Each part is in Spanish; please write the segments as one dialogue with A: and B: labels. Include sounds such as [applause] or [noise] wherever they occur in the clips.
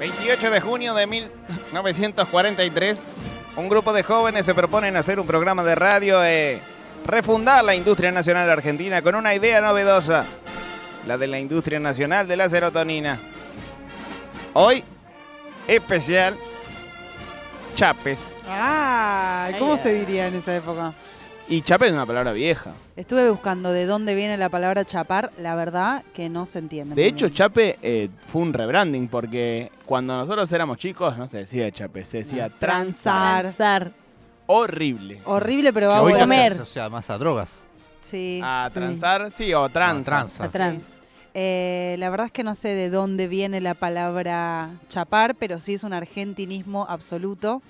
A: 18 de junio de 1943, un grupo de jóvenes se proponen hacer un programa de radio e refundar la industria nacional argentina con una idea novedosa, la de la industria nacional de la serotonina. Hoy, especial, Chapes.
B: Ay, ¿cómo se diría en esa época?
A: Y Chapes es una palabra vieja.
B: Estuve buscando de dónde viene la palabra chapar, la verdad que no se entiende.
A: De
B: muy
A: hecho,
B: bien.
A: Chape eh, fue un rebranding porque cuando nosotros éramos chicos no se decía Chape, se decía
B: transar.
C: Transar.
A: horrible.
B: Horrible, pero
D: Que
B: va a
D: hoy
B: volver.
C: comer.
D: O sea, Ah, más a drogas.
B: Sí.
A: A
C: Sí.
A: transar, sí, o
D: Trans.
A: trans.
C: A trans.
B: Eh, la verdad es que no sé de dónde viene la palabra chapar, pero sí es un argentinismo absoluto.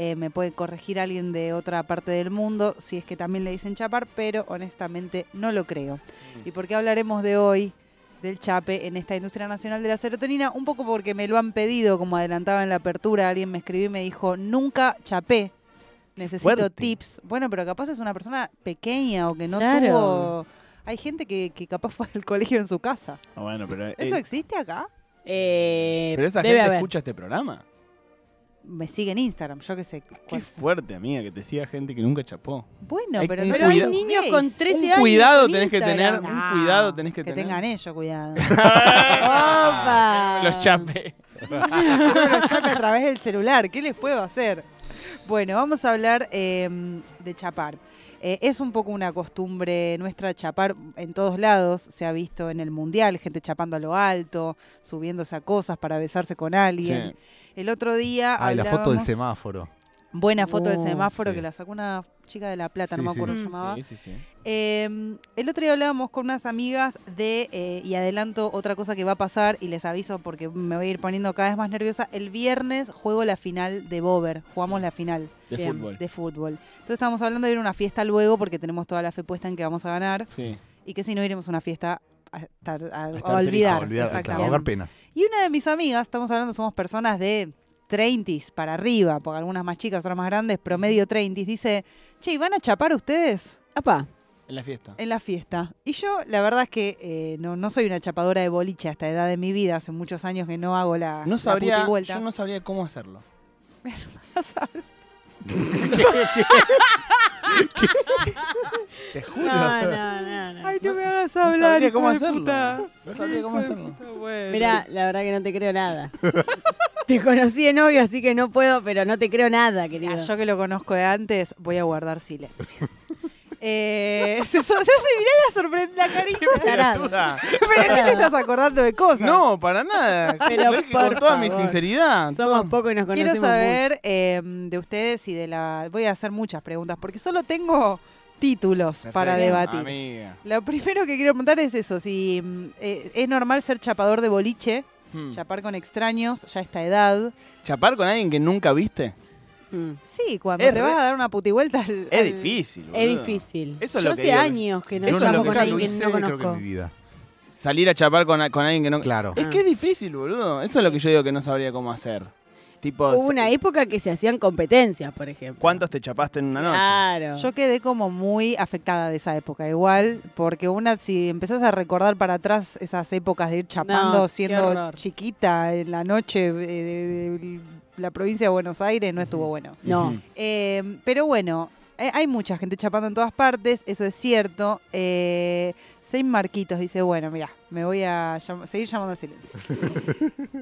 B: Eh, me puede corregir alguien de otra parte del mundo si es que también le dicen chapar, pero honestamente no lo creo. ¿Y por qué hablaremos de hoy del chape en esta industria nacional de la serotonina? Un poco porque me lo han pedido, como adelantaba en la apertura, alguien me escribió y me dijo, nunca chapé. Necesito
A: Fuerte.
B: tips. Bueno, pero capaz es una persona pequeña o que no
C: Claro.
B: tuvo... Hay gente que, que capaz fue al colegio en su casa.
A: Ah, Bueno, pero, eh,
B: ¿Eso existe acá?
C: Eh,
A: pero esa
C: debe
A: gente
C: haber.
A: escucha este programa.
B: Me sigue en Instagram, yo qué sé.
A: Qué
B: cuál sea.
A: fuerte, amiga, que te siga gente que nunca chapó.
B: Bueno,
A: Hay
B: pero
A: un
B: no
C: Pero
B: lo
C: hay
A: cuida-
C: niños
B: juzguéis.
C: con 13
A: Un
C: años.
A: cuidado
C: con
A: tenés que
C: Instagram.
A: tener, un cuidado tenés que,
B: Que
A: tener.
B: tengan
A: [laughs]
B: ellos, cuidado.
C: Opa.
A: Los Chape.
B: Uno los chapa a través del celular. ¿Qué les puedo hacer? Bueno, vamos a hablar eh, de chapar. Eh, es un poco una costumbre nuestra chapar en todos lados. Se ha visto en el mundial, gente chapando a lo alto, subiéndose a cosas para besarse con alguien. El otro día.
C: Ah,
D: Ay, Ah, la foto del
B: hablábamos-
D: semáforo. Ah,
B: Buena foto del
C: Oh,
B: semáforo
D: sí.
B: que la sacó una chica de La Plata,
D: Sí,
B: no me
D: sí.
B: acuerdo
C: Mm.
B: llamaba.
A: Sí, sí, sí.
B: Eh, el otro día hablábamos con unas amigas de, eh, y adelanto otra cosa que va a pasar, y les aviso porque me voy a ir poniendo cada vez más nerviosa, el viernes juego la final de Bober, jugamos la final
A: De
C: Bien.
A: fútbol.
B: de fútbol. Entonces estábamos hablando de ir a una fiesta luego porque tenemos toda la fe puesta en que vamos a ganar
A: Sí.
B: y que si no iremos a una fiesta a, estar, a- a
A: estar
B: olvidar.
D: Ah, olvidar, claro,
B: exactamente.
D: ahogar penas.
B: Y una de mis amigas, estamos hablando, somos personas de 30 para arriba, porque algunas más chicas, otras más grandes, promedio 30, dice, che, ¿y ¿van a chapar ustedes
C: Apa.
A: En la fiesta.
B: en la fiesta? Y yo, la verdad es que eh, no, no soy una chapadora de boliche a esta edad de mi vida, hace muchos años que no hago la,
A: No
B: la
A: sabría,
B: puta y vuelta.
A: yo no sabría cómo hacerlo.
D: Te juro.
C: no, no, no.
B: Ay, no me hagas
A: No
B: hablar,
A: sabría
B: hijo
A: cómo
B: de
A: hacerlo.
B: puta.
A: No sabría cómo
C: [laughs]
A: hacerlo.
C: Mira, la verdad que no te creo nada. [laughs] te conocí de novio, así que no puedo, pero no te creo nada, querido.
B: Ah, yo que lo conozco de antes, voy a guardar silencio. [laughs] Eh, se, so- se hace, mirá la sorpresa,
A: [laughs]
B: la carita.
C: [laughs]
A: Pelotuda.
B: Pero es que te estás acordando de cosas.
A: No, para nada.
C: Pero
A: Lo dije con
C: por
A: toda mi
C: favor.
A: sinceridad.
C: Somos
A: todo.
C: pocos y nos conocemos
B: Quiero saber eh, de ustedes y de la. Voy a hacer muchas preguntas porque solo tengo títulos para
A: Perfecto.
B: debatir.
A: Amiga.
B: Lo primero que quiero preguntar es eso: si mm, eh, es normal ser chapador de boliche,
A: Hmm.
B: chapar con extraños ya a esta edad.
A: ¿Chapar con alguien que nunca viste?
C: mucho. Mm.
B: Sí, cuando
A: Es
B: te
A: re-
B: vas a dar una putivuelta al.
A: Es
B: al-
A: difícil. boludo.
C: Es difícil.
A: Eso es
C: yo
A: lo que
C: hace
A: digo.
C: años que no
A: Eso es
C: llamo
A: lo que
C: con
A: yo
C: alguien que
D: hice,
C: no
D: creo que en
C: conozco.
D: mi vida.
A: Salir a chapar con, con alguien que no.
D: Claro.
A: Es que es difícil, boludo. Eso es lo que yo digo que no sabría cómo hacer. Tipo,
C: Hubo una época que se hacían competencias, por ejemplo.
A: ¿cuántos te chapaste en una noche?
C: Claro.
B: Yo quedé como muy afectada de esa época, igual, porque una, si empezás a recordar para atrás esas épocas de ir chapando
C: No, qué
B: siendo
C: horror.
B: chiquita en la noche eh, de, de la provincia de Buenos Aires, no estuvo bueno.
C: No.
A: Ujú.
B: Eh, pero bueno, eh, hay mucha gente chapando en todas partes, eso es cierto. Eh, Sein Marquitos dice, bueno, mira, me voy a llam- seguir llamando a silencio.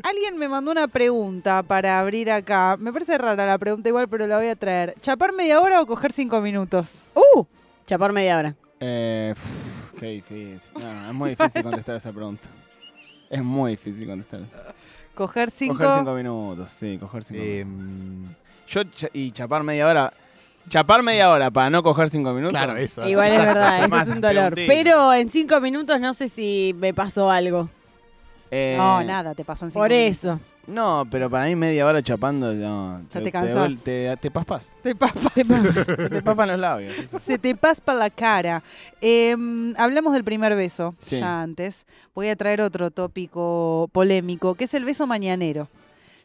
B: Alguien me mandó una pregunta para abrir acá. Me parece rara la pregunta igual, pero la voy a traer. ¿Chapar media hora o coger cinco minutos?
C: ¡Uh! Chapar media hora.
A: Eh, pff, qué difícil. No, es muy difícil contestar esa pregunta. Es muy difícil contestar. esa-
B: Coger cinco...
A: Coger cinco minutos, sí, coger cinco
D: Eh,
A: minutos. Yo cha- y chapar media hora. Chapar media hora para no coger cinco minutos.
D: claro, eso.
C: Igual es verdad,
D: [laughs]
C: eso
A: Más
C: es un dolor.
A: preguntín.
C: Pero en cinco minutos no sé si me pasó algo.
A: Eh,
B: No, nada, te pasó en cinco
C: Por
B: minutos.
C: eso.
A: No, pero para mí media hora chapando, no.
B: Ya te cansás.
A: duele- Te, te paspas.
B: Te [laughs] paspa-
A: Se Te papan los
B: [laughs]
A: labios. Ah, eso.
B: Se te paspa la cara. Em, hablamos del primer beso
A: Sí.
B: ya antes. Voy a traer otro tópico polémico, que es el beso mañanero.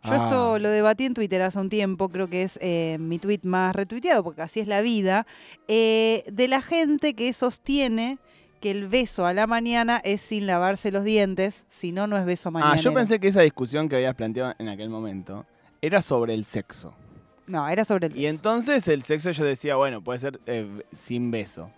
B: Yo
A: Ah.
B: esto lo debatí en Twitter hace un tiempo, creo que es eh, mi tweet más retuiteado, porque así es la vida, eh, de la gente que sostiene que el beso a la mañana es sin lavarse los dientes, si no, no es beso mañana.
A: Ah, yo pensé que esa discusión que habías planteado en aquel momento era sobre el sexo.
B: No, era sobre el beso.
A: Y entonces el sexo yo decía, bueno, puede ser eh, sin beso.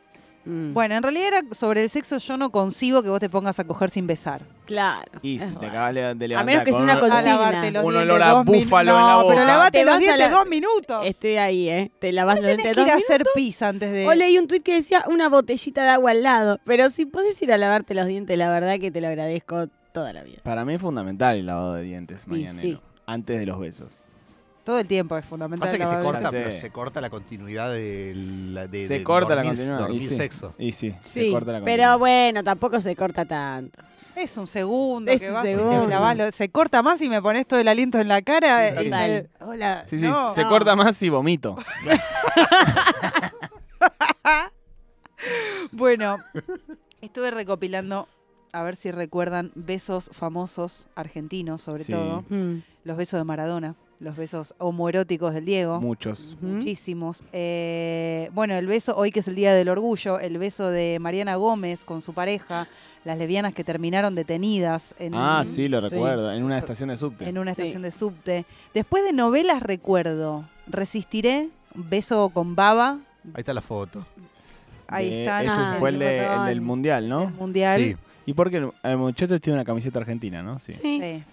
C: Mm.
B: Bueno, en realidad era sobre el sexo, yo no concibo que vos te pongas a coger sin besar.
C: claro.
A: Y si
C: es
A: te
C: verdad.
A: acabas le- de levantar
C: A menos que
A: con
C: sea una
A: un- Ah,
B: A
C: Cocina.
B: lavarte los
A: Un
B: dientes.
A: olor a
B: dos min-
A: búfalo en
B: no,
A: la boca.
B: pero lavate los
C: Te vas a
B: dientes
C: la-
B: dos minutos.
C: Estoy ahí, ¿eh? Te lavas los
B: Tenés
C: dientes
B: que
C: dos
B: ir a
C: minutos.
B: hacer pis antes de.
C: O leí un tuit que decía una botellita de agua al lado. Pero si podés ir a lavarte los dientes, la verdad que te lo agradezco toda la vida.
A: Para mí es fundamental el lavado de dientes
C: Y
A: mañanero.
C: sí.
A: Antes de los besos.
B: Todo el tiempo es fundamental.
D: Pasa que se
B: lavar-
D: corta,
A: Sí.
D: pero se corta la continuidad de, la- de-
A: se
D: Eh, de
A: corta
D: dormir-
A: la continuidad. Y
D: dormir
A: sí.
D: sexo.
A: Y sí,
C: Sí,
A: se corta la
C: pero
A: continuidad.
C: bueno, tampoco se corta tanto.
B: Es un segundo
C: Es
B: que
C: un
B: vas y te
C: segundo.
B: lavás los- Se corta más y me pones todo el aliento en la cara. eh,
A: Sí,
B: y
C: total.
B: me- Hola.
A: Sí, sí,
B: no.
A: se
C: No.
A: corta más y vomito.
B: Bueno, estuve recopilando, a ver si recuerdan, besos famosos argentinos, sobre
A: Sí.
B: todo.
C: Mm.
B: Los besos de Maradona, los besos homoeróticos del Diego.
A: Muchos.
B: Mm. Muchísimos. Eh, bueno, el beso, hoy que es el Día del Orgullo, el beso de Mariana Gómez con su pareja, las lesbianas que terminaron detenidas en,
A: Ah,
B: un-
A: sí, lo
C: Sí.
A: recuerdo. En una estación de subte.
B: en una
C: Sí.
B: estación de subte. Después de novelas recuerdo, Resistiré, Beso con Baba,
D: Ahí está la foto.
B: ahí
A: De-
B: están,
A: este
C: Ah,
A: fue el,
C: el
A: de- el
C: botón.
A: del mundial,
B: el
A: ¿no?
B: Mundial.
D: Sí,
A: Y porque el, el muchacho tiene una camiseta argentina, ¿no? Sí.
C: Sí.
B: Sí.
D: sí, sí,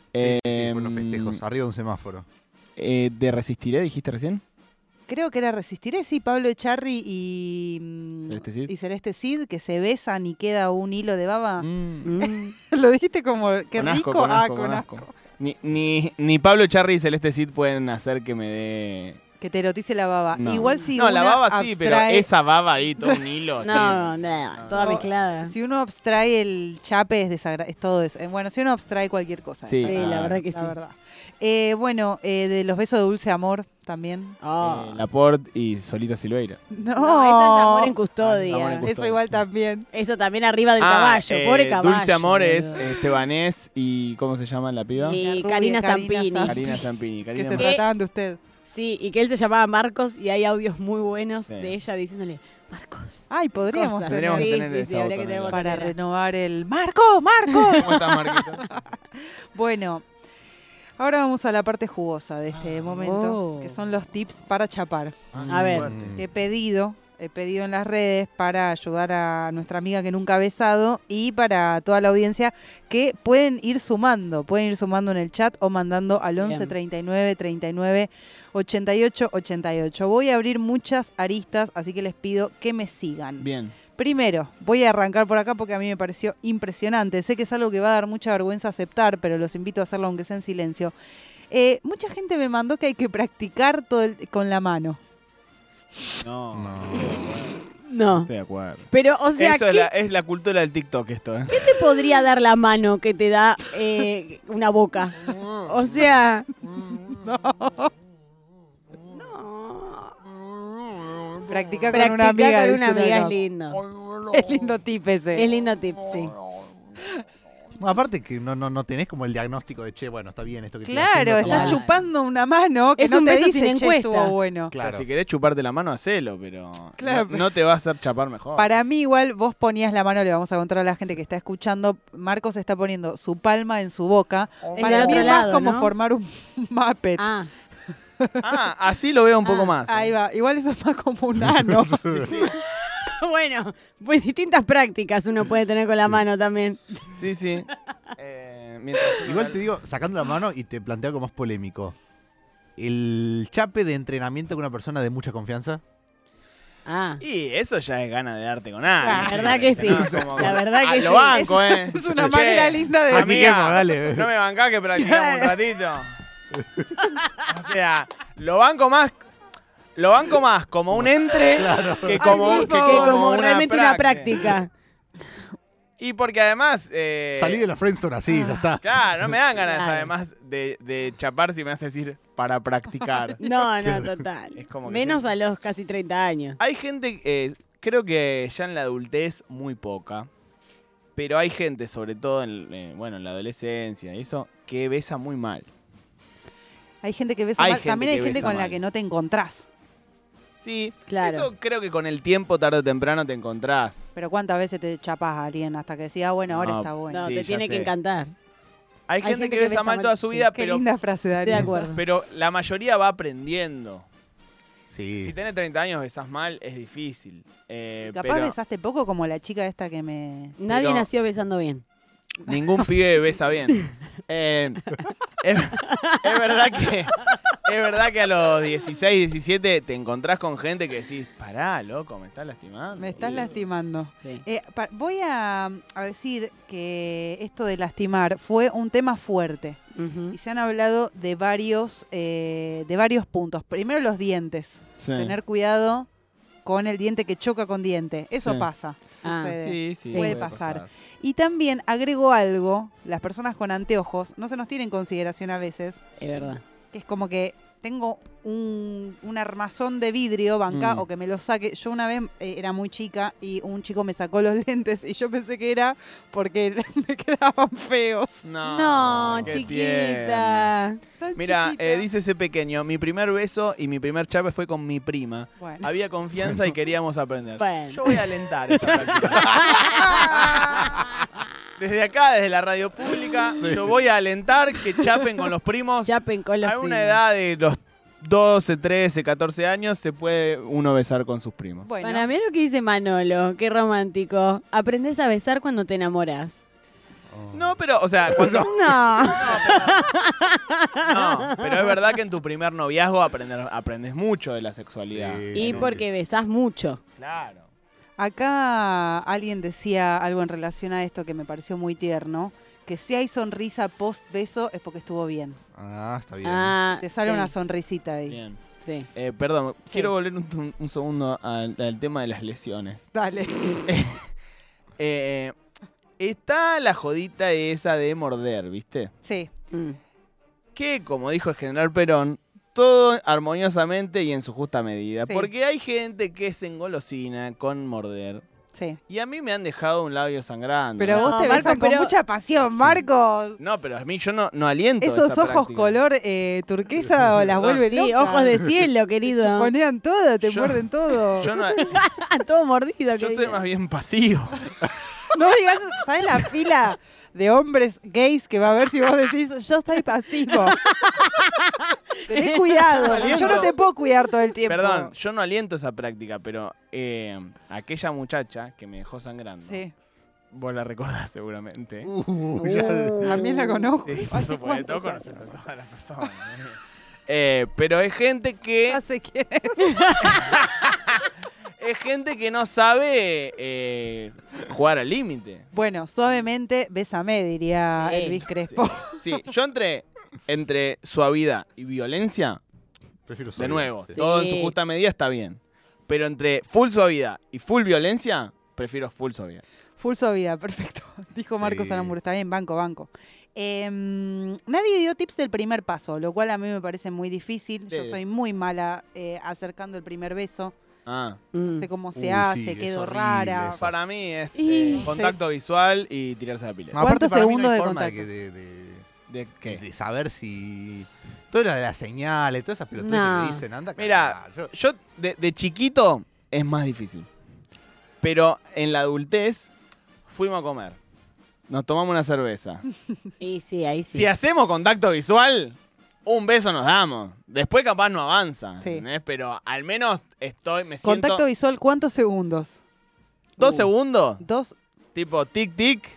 D: fue los
A: Em,
D: festejos, arriba de un semáforo.
A: eh, ¿De resistiré, dijiste recién?
B: Creo que era Resistiré, sí, Pablo Echarri y mm,
A: Celeste Cid.
B: y Celeste Cid, que se besan y queda un hilo de baba.
A: Mm.
C: Mm.
B: [laughs] Lo dijiste como, qué
A: Con
B: rico.
A: asco, con
B: ah,
A: asco,
B: con
A: con
B: asco.
A: asco. Ni, ni, ni Pablo Charri y Celeste Cid pueden hacer que me dé.
B: Que te erotice la
C: Ah,
B: baba.
A: No.
B: Igual si
A: No, la
B: una
A: baba sí, pero
B: abstrae-
A: esa baba ahí, todo un
C: [laughs]
A: hilo.
C: No,
A: sí.
C: nada,
A: No.
C: toda mezclada.
B: Si uno abstrae el chape, es, desagra- es todo eso. Eh, Bueno, si uno abstrae cualquier cosa.
A: Sí,
B: es
C: Sí, la
A: claro.
C: verdad que sí.
B: la verdad. Eh, bueno, eh, de los besos de dulce amor también.
C: Oh.
A: Eh, Laporte y Solita Silveira.
B: [laughs] No,
C: [laughs] No,
B: Oh.
C: esa es amor en
A: Ah, amor
C: custodia.
A: en custodia.
B: eso igual también.
C: Eso también arriba del
A: Ah,
C: caballo,
A: eh,
C: pobre caballo.
A: Dulce Amor es
C: boludo.
A: Estebanés y. ¿Cómo se llama la piba?
C: Y
B: La rubia Karina
C: Karina Zampini.
B: Zampini.
A: Karina Zampini.
B: Que
A: Karina
B: se
A: Mar-
C: Mar-
B: trataban de usted.
C: Sí, y que él se llamaba Marcos y hay audios muy buenos
A: Sí.
C: de ella diciéndole, Marcos.
B: Ay, podríamos
C: cosas".
B: tener
A: Tendríamos que
C: Sí,
A: tener
C: sí,
A: esa
C: sí, habría que tener
A: botonera.
B: para
C: botonera.
B: renovar el Marco,
A: [laughs]
B: Marco.
A: ¿Cómo estás, Marquito?
B: bueno, ahora vamos a la parte jugosa de este momento,
C: Oh.
B: que son los tips para chapar.
C: [laughs] A ver.
D: Mm.
B: que he pedido, he pedido en las redes para ayudar a nuestra amiga que nunca ha besado y para toda la audiencia que pueden ir sumando, pueden ir sumando en el chat o mandando al
C: Bien.
B: 11 39 39 88 88. Voy a abrir muchas aristas, así que les pido que me sigan.
A: Bien.
B: Primero, voy a arrancar por acá porque a mí me pareció impresionante. Sé que es algo que va a dar mucha vergüenza aceptar, pero los invito a hacerlo aunque sea en silencio. Eh, mucha gente me mandó que hay que practicar todo el- con la mano.
A: No,
D: No.
C: No.
A: Estoy de acuerdo.
C: Pero, o sea,
A: Eso
C: ¿qué
A: es la, es la cultura del TikTok, esto, ¿eh?
C: te podría dar la mano que te da eh, una boca? O sea... No.
B: Practica con
C: Practicar
B: una amiga.
C: con
B: dice
C: una amiga
B: acá.
C: es lindo.
B: Es lindo tip ese.
C: Es lindo tip, sí.
D: Bueno, Aparte que no, no, no tenés como el diagnóstico de, che, bueno, está bien esto que estoy
B: claro,
D: haciendo, está
B: estás
C: Claro.
D: bueno.
B: chupando una mano que
C: Es
B: no
C: un
B: te
C: beso
B: dice,
C: sin
B: "Che,
C: encuesta".
B: estuvo bueno.
A: Claro.
D: Claro.
A: si querés chuparte la mano, hacelo, pero
B: Claro,
A: no,
B: pero-
A: no te va a hacer chapar mejor.
B: Para mí igual vos ponías la mano, le vamos a contar a la gente que está escuchando, Marcos está poniendo su palma en su boca.
C: Es
B: Para
C: del
B: mí
C: otro
B: es
C: lado,
B: más como
C: ¿no?
B: formar un [laughs] mapet.
C: Ah,
A: Ah, así lo veo un poco
C: Ah,
A: más. ¿eh?
B: Ahí va, igual eso es más como un
C: [laughs]
B: ano.
C: bueno, pues distintas prácticas uno puede tener con la mano también.
A: Sí,
C: [laughs]
A: sí. Eh, mientras-
D: Igual te digo, sacando la mano y te planteo algo más polémico. El chape de entrenamiento con una persona de mucha confianza.
C: [laughs] Ah.
A: Y eso ya es gana de darte con alguien.
C: La verdad que sí.
A: No, es como-
C: La verdad
A: Ah,
C: que
A: lo
C: sí.
A: banco,
C: [laughs]
A: ¿eh?
B: es una manera linda de...
D: Ah,
A: Amiga,
D: Practiquemos, dale.
A: No me bancás que practicamos un ratito. O sea, lo banco más. Lo banco más como un entre que como,
B: Ay, por
A: que
C: que
B: favor.
A: como
C: como
A: una
C: realmente una
A: práctica.
C: práctica.
A: Y porque además. eh,
D: Salí de la friendzone así, Ah. ya está.
A: Claro, no me dan ganas,
C: Claro.
A: además, de, de chapar si me hace decir para practicar.
C: No, no, total.
A: Es como que
C: Menos
A: siempre-
C: a los casi 30 años.
A: Hay gente, eh, creo que ya en la adultez muy poca, pero hay gente, sobre todo en, eh, bueno, en la adolescencia y eso, que besa muy mal.
B: Hay gente que besa
A: Hay
B: mal,
A: gente
B: también hay
A: que
B: gente
A: besa
B: con la
A: mal.
B: que no te encontrás.
A: Sí,
C: Claro.
A: eso creo que con el tiempo, tarde o temprano, te encontrás.
B: Pero ¿cuántas veces te chapas a alguien hasta que decía, bueno, ahora
A: No,
B: está bueno?
C: No,
A: Sí,
C: te
A: ya
C: tiene
A: sé.
C: que encantar.
A: Hay, gente, que besa mal toda su
C: sí.
A: vida,
B: Qué
A: pero,
B: linda frase, Dani.
C: Estoy de acuerdo.
A: pero la mayoría va aprendiendo.
D: Sí.
A: Si tenés 30 años, besás mal, es difícil. Eh,
B: Capaz
A: pero
B: besaste poco como la chica esta que me...
C: Nadie
A: Pero-
C: nació besando bien.
A: ningún pibe besa bien. Eh, es, es verdad que, es verdad que a los 16, 17 te encontrás con gente que decís, pará, loco, me estás lastimando.
B: Me estás
A: boludo".
B: lastimando.
C: Sí.
B: Eh, pa- voy a, a decir que esto de lastimar fue un tema fuerte y se han hablado de varios, eh, de varios puntos. Primero los dientes.
A: Sí.
B: Tener cuidado con el diente que choca con diente. Eso
A: Sí.
B: pasa.
C: Ah,
A: Sí,
B: Sucede.
A: sí,
B: Puede pasar. Y también agrego algo, las personas con anteojos no se nos tiene en consideración a veces,
C: Es verdad.
B: que es como que tengo un, un armazón de vidrio, banca,
A: Mm.
B: o que me lo saque. Yo una vez eh, era muy chica y un chico me sacó los [laughs] lentes y yo pensé que era porque [laughs] me quedaban feos.
A: No, qué tierno.
B: Tan
A: Mira,
B: chiquita.
A: eh, dice ese pequeño, mi primer beso y mi primer chape fue con mi prima.
B: Bueno.
A: Había confianza y queríamos aprender.
C: Bueno.
A: Yo voy a alentar esta práctica. Desde acá, desde la radio pública, yo voy a alentar que chapen con los primos.
C: Chapen con los
A: a una
C: pibes.
A: edad de los 12, 13, 14 años se puede uno besar con sus primos.
B: Bueno,
C: Para mí lo que dice Manolo, qué romántico. Aprendes a besar cuando te enamoras.
D: Oh.
A: No, pero, o sea,
C: [laughs]
A: cuando...
C: No.
A: No, pero es verdad que en tu primer noviazgo aprender, aprendes mucho de la sexualidad.
D: Sí.
C: Y porque besás mucho.
A: Claro.
B: acá alguien decía algo en relación a esto que me pareció muy tierno, que si hay sonrisa post beso es porque estuvo bien.
D: Ah, está bien.
C: Ah,
B: Te sale
C: sí,
B: una sonrisita ahí.
A: Bien.
C: Sí.
A: Eh, perdón,
B: Sí.
A: quiero volver un, un- un segundo al, al tema de las lesiones.
B: Dale.
A: Eh, está la jodita esa de morder, ¿viste?
B: Sí.
C: Mm.
A: Que, como dijo el general Perón, todo armoniosamente y en su justa medida.
B: Sí.
A: Porque hay gente que se engolosina con morder.
B: Sí.
A: Y a mí me han dejado un labio sangrando.
B: Pero
A: ¿no?
B: vos te
C: Marco,
B: besan con
C: pero-
B: mucha pasión, Marcos.
A: No, pero a mí yo no, no aliento.
B: Esos
A: esa
B: ojos
A: práctica.
B: color eh, turquesa o las
A: No,
B: vuelven
C: [laughs] Sí, ojos de
B: [laughs]
C: cielo,
B: Te
C: querido.
B: chuponean todo, te
A: Yo-
B: muerden todo.
A: [laughs] Yo, no,
B: [laughs]
C: Ah, Todo mordido.
A: yo soy
C: querido.
A: más bien pasivo.
B: No digas, ¿sabes la fila de hombres gays que va a haber si vos decís, yo estoy
A: [laughs]
B: pasivo? Tenés cuidado, yo no te puedo cuidar todo el [laughs] tiempo.
A: Perdón, yo no aliento esa práctica, pero eh, aquella muchacha que me dejó sangrando,
B: Sí,
A: vos la recordás seguramente.
D: Uh, ya-
B: también la conozco.
A: Sí, por
B: ¿Hace
A: supuesto,
B: cuántos
A: conoces
B: años?
A: a todas las personas. Eh, pero es gente [laughs] que
B: [laughs] Ya sé quién es.
A: es gente que no sabe eh, jugar al límite.
B: Bueno, suavemente, bésame, diría
C: Sí.
B: Elvis Crespo.
A: Sí, yo entre entre suavidad y violencia,
D: prefiero
A: de
D: saber.
A: nuevo,
D: Sí.
A: todo en
C: Sí.
A: su justa medida está bien. Pero entre full suavidad y full violencia, prefiero full suavidad.
B: Full suavidad, [laughs] perfecto. Dijo Marcos
D: Sí.
B: Anamur, está bien, banco, banco. Em, nadie dio tips del primer paso, lo cual a mí me parece muy difícil. Yo
A: Sí.
B: soy muy mala eh, acercando el primer beso.
A: Ah,
B: No
C: Mm.
B: sé cómo se
D: Uy, sí,
B: hace,
D: es
B: quedo
D: horrible
B: rara.
D: eso.
A: para mí es
C: Y-
A: eh, contacto visual y tirarse a la pileta.
D: Aparte,
B: ¿Cuántos
D: para mí
B: segundos
D: no
B: de
D: hay forma
B: contacto?
D: que De, de-
A: ¿De qué?
D: de saber si. Todas las, las señales, todas esas pelotudas
C: No.
D: que dicen, anda. a
A: Mira,
D: cagar. Yo-
A: Yo de, de chiquito es más difícil. Pero en la adultez fuimos a comer. Nos tomamos una
B: [laughs]
A: cerveza.
C: Y sí, ahí sí.
A: Si hacemos contacto visual, un beso nos damos. Después capaz no avanza.
B: Sí.
A: ¿entendés? Pero al menos estoy, me siento...
B: Contacto visual, ¿cuántos segundos?
A: Dos
C: Uh.
A: segundos,
B: Dos.
A: tipo tic tic,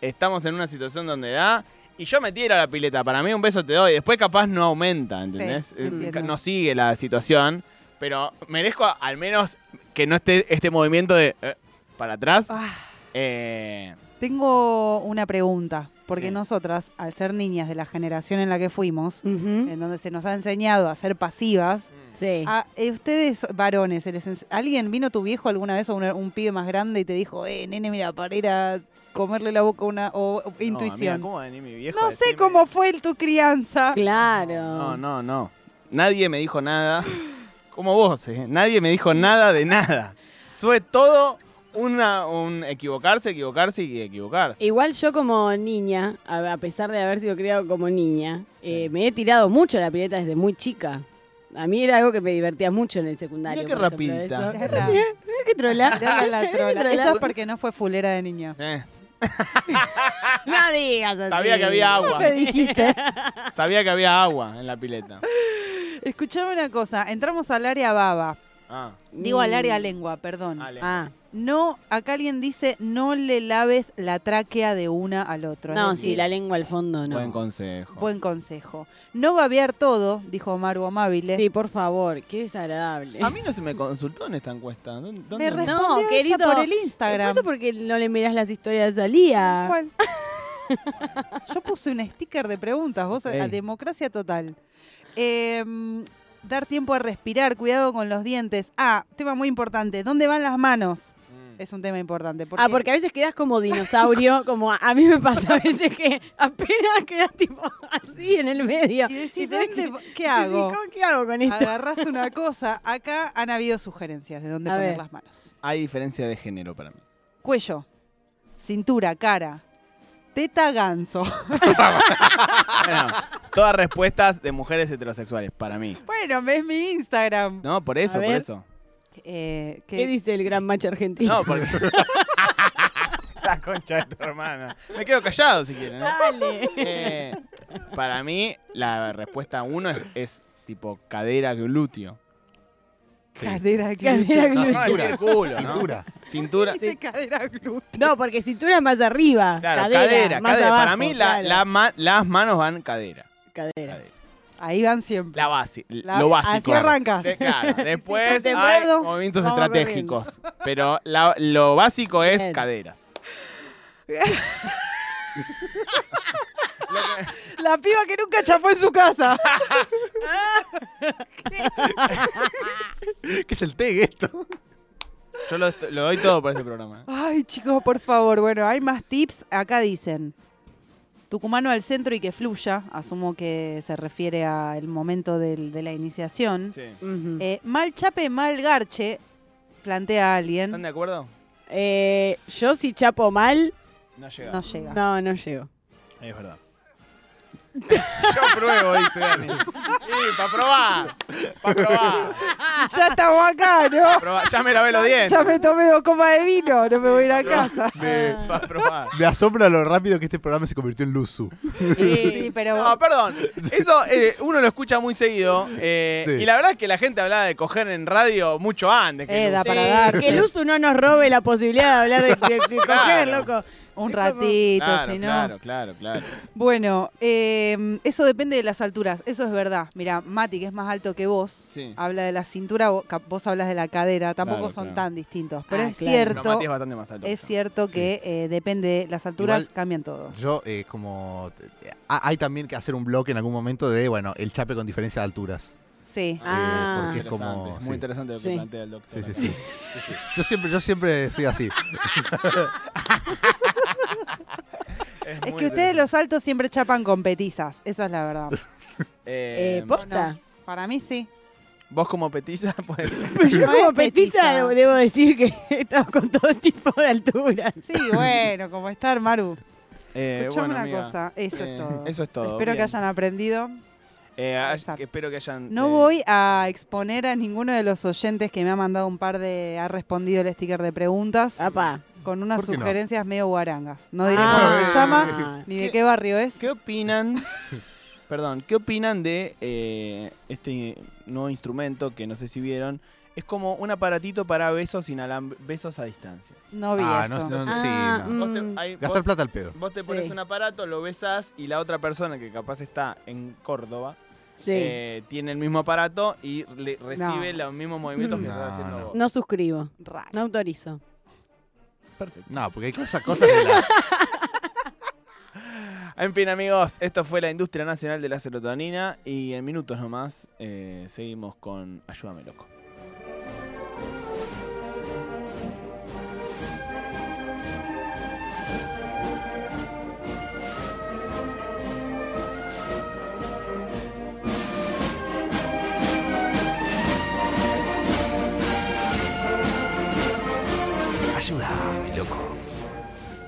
A: estamos en una situación donde da... Y yo me tiro a la pileta, para mí un beso te doy, después capaz no aumenta, ¿entendés? Eh,
B: entiendo.
A: no sigue la situación, pero merezco a- al menos que no esté este movimiento de eh, para atrás.
B: Ah,
A: Eh,
B: tengo una pregunta, porque
A: Sí.
B: nosotras, al ser niñas de la generación en la que fuimos,
C: Ujú.
B: en donde se nos ha enseñado a ser pasivas,
C: Sí.
B: a, eh, ustedes varones, se les ens- ¿alguien vino tu viejo alguna vez o un, un pibe más grande y te dijo, eh, nene, mira, para ir a comerle la boca a una o, o-
A: no, amiga,
B: intuición?
A: ¿cómo va a venir mi viejo a
B: no sé
A: decirme?
B: cómo fue el- tu crianza.
C: Claro.
A: No, no, no. Nadie me dijo nada. Como vos, ¿eh? Nadie me dijo nada de nada. Fue todo una, un equivocarse, equivocarse y equivocarse.
C: Igual yo como niña, a a pesar de haber sido criado como niña, eh, me he tirado mucho a la pileta desde muy chica. A mí era algo que me divertía mucho en el secundario.
D: Mirá qué
C: por ejemplo,
D: rapidita.
B: [laughs]
C: eso. [laughs]
B: Es verdad.
C: Mirá, mirá qué trola.
B: [laughs] Mirá la- la trola.
C: Trola.
B: Eso es porque no fue fulera de niño.
A: Eh,
C: [laughs] No digas así.
A: Sabía que había agua.
B: Me
C: [laughs]
B: dijiste.
A: Sabía que había agua en la pileta.
B: Escuchame una cosa. Entramos al área baba.
A: Ah,
B: Digo al área
C: Mm.
B: lengua, perdón.
A: Ale.
C: Ah,
B: No, acá alguien dice no le laves la tráquea de una al otro. Es
C: no,
B: decir,
C: sí, la lengua al fondo no. Pues,
A: Buen consejo.
B: Buen consejo. No babear todo, dijo Maru Amabile.
C: Sí, por favor, qué desagradable.
A: A mí no se me consultó en esta encuesta. ¿Dó- ¿Dónde?
B: Me
C: eh. re-
B: respondió
C: No,
B: ella
C: querido,
B: por el
C: [laughs]
B: Instagram.
C: Eso porque no le mirás las historias de Salía.
B: ¿Cuál? [laughs] Yo puse un sticker de preguntas, vos a- a
A: Ey.
B: democracia total. Eh, dar tiempo a respirar, cuidado con los dientes. Ah, tema muy importante, ¿dónde van las manos?
A: Mm.
B: Es un tema importante.
C: Ah, porque a veces quedas como
B: [laughs]
C: dinosaurio, como a, a mí me pasa a veces que apenas quedas tipo así en el medio.
B: Y decís,
C: Y tenés
B: ¿dónde,
C: [laughs] que-
B: ¿qué hago?
C: Sí, ¿cómo- ¿Qué hago con esto?
B: Agarrás una cosa. Acá han habido sugerencias de dónde
C: A
B: poner
C: ver.
B: las manos.
A: Hay diferencia de género para mí.
B: Cuello, cintura, cara, teta, ganso.
A: Bueno, todas respuestas de mujeres heterosexuales, para mí.
B: Bueno, ves mi Instagram.
A: No, por eso,
C: A
A: por
C: ver.
A: eso.
B: Eh, que-
C: ¿Qué dice el gran macho argentino?
A: No, porque. [laughs] la concha de tu hermana. Me quedo callado si quieren. ¿no?
C: [laughs] Dale.
A: Eh, para mí, la respuesta uno es, es tipo cadera, glúteo.
B: cadera, glúteo.
C: Cadera,
D: No,
A: No, es
D: cintura.
A: decir culo, ¿no?
D: Cintura.
A: Cintura.
B: [laughs] Dice cadera, glúteo.
C: No, porque cintura es más arriba.
A: Claro, cadera,
C: cadera,
A: cadera.
C: más abajo,
A: para mí, la-
C: claro.
A: la ma- las manos van cadera.
C: cadera.
A: cadera.
B: Ahí van siempre.
A: La base,
B: La-
A: lo básico.
B: así arrancas.
A: De-
C: [laughs]
A: claro, después
B: estás
A: hay
B: temblado,
A: movimientos
C: vamos
A: estratégicos.
C: [laughs]
A: Pero la- lo básico es
C: Bien.
A: caderas.
B: [laughs] La piba que nunca chapó en su casa.
D: [laughs] ¿Qué es el TEG esto?
A: Yo lo, est- lo doy todo por este programa.
B: Ay, chicos, por favor. Bueno, hay más tips. Acá dicen. Tucumano al centro y que fluya. Asumo que se refiere al momento del- de la iniciación.
A: Sí.
C: Ujú.
B: Eh, mal chape, mal garche, plantea
A: ¿Están
B: alguien.
A: de acuerdo?
C: Eh, yo si chapo mal,
A: No llega.
B: No llega.
C: no, no llego.
A: Es verdad. [laughs] Yo pruebo, dice Dani. Sí, para probar. Para probar.
B: [laughs] Ya estamos
A: pa'
B: acá,
A: [laughs]
B: ¿no?
A: probar. Ya me lavé los dientes.
B: Ya me tomé dos copas de vino, no me voy a ir a casa.
D: Me,
A: Para probar.
D: me asombra lo rápido que este programa se convirtió en Luzu.
B: Sí, pero
A: No, [laughs] perdón. Eso eh, uno lo escucha muy seguido. eh,
D: Sí.
A: Y la verdad es que la gente hablaba de coger en radio mucho antes. Que
B: Eh, da
A: luz.
B: para darse.
C: Que el uso no nos robe la posibilidad de hablar de,
A: [laughs]
C: de- de coger,
A: Claro. Eh,
C: loco.
B: un
C: Es
B: ratito,
A: Claro,
B: si no.
A: claro, claro, claro.
B: Bueno, eh, eso depende de las alturas, eso es verdad. Mira, Mati, que es más alto que vos,
A: Sí.
B: habla de la cintura, vos, cap- vos hablas de la cadera, tampoco
A: Claro,
B: son
A: claro.
B: tan distintos. Pero
C: Ah,
B: es
C: claro.
A: Pero
B: cierto,
A: Mati es bastante más alto.
B: es cierto que eh, depende, las alturas
D: Igual-
B: cambian todo.
D: Yo, eh, como. eh, ha- hay también que hacer un bloque en algún momento de, bueno, el chape con diferencia de alturas.
B: Sí.
D: Ah. porque es como-
A: Interesante, Muy
D: sí.
A: interesante lo que
C: Sí.
A: plantea el doctor.
D: Sí, sí,
A: acá.
D: sí. Yo siempre, yo siempre
C: [laughs]
D: soy así.
A: Es,
B: Es
A: muy
B: que ustedes
A: interesante.
B: los altos siempre chapan con petizas, esa es la verdad.
A: Eh,
C: Eh, posta.
B: Para mí sí.
A: Vos como petiza, [laughs] pues.
C: [laughs] Yo
B: No es
C: como petiza
B: petiza.
C: debo, debo decir que [laughs] he estado con todo tipo de alturas.
B: Sí, bueno, como estar, Maru.
A: eh,
B: Escuchame
A: bueno,
B: una
A: amiga,
B: cosa, eso es
A: eh,
B: todo.
A: Eso es todo.
B: Espero que
A: bien.
B: hayan aprendido.
A: Eh, ay-
B: WhatsApp.
A: que espero que hayan.
B: No
A: eh,
B: voy a exponer a ninguno de los oyentes que me ha mandado un par de. ha respondido el sticker de preguntas
C: Papá.
B: con unas
D: Ah, ¿Por qué no?
B: sugerencias medio guarangas. No diré cómo se
D: Ah.
B: llama
D: [laughs]
B: ni de
A: ¿Qué-
B: qué barrio es.
A: ¿Qué [laughs] opinan? Perdón, ¿qué opinan de eh, este nuevo instrumento que no sé si vieron? Es como un aparatito para besos, inalam- besos a distancia.
B: No vi
D: Ah, no,
B: eso.
D: no,
C: Ah,
D: sí, no.
A: Vos te-
C: Mm.
A: ahí- vos-
D: Gastar plata al pedo.
A: Vos te pones
C: Sí.
A: un aparato, lo besás y la otra persona que capaz está en Córdoba
C: Sí.
A: eh, tiene el mismo aparato y le- recibe
B: No.
A: los mismos movimientos que
D: No,
A: estás haciendo
D: no.
A: vos.
C: No suscribo.
B: Raro.
C: No autorizo.
A: Perfecto.
D: No, porque hay cosas,
C: [laughs]
D: cosas que la-
A: En fin, amigos, esto fue la industria nacional de la serotonina y en minutos nomás eh, seguimos con Ayúdame Loco.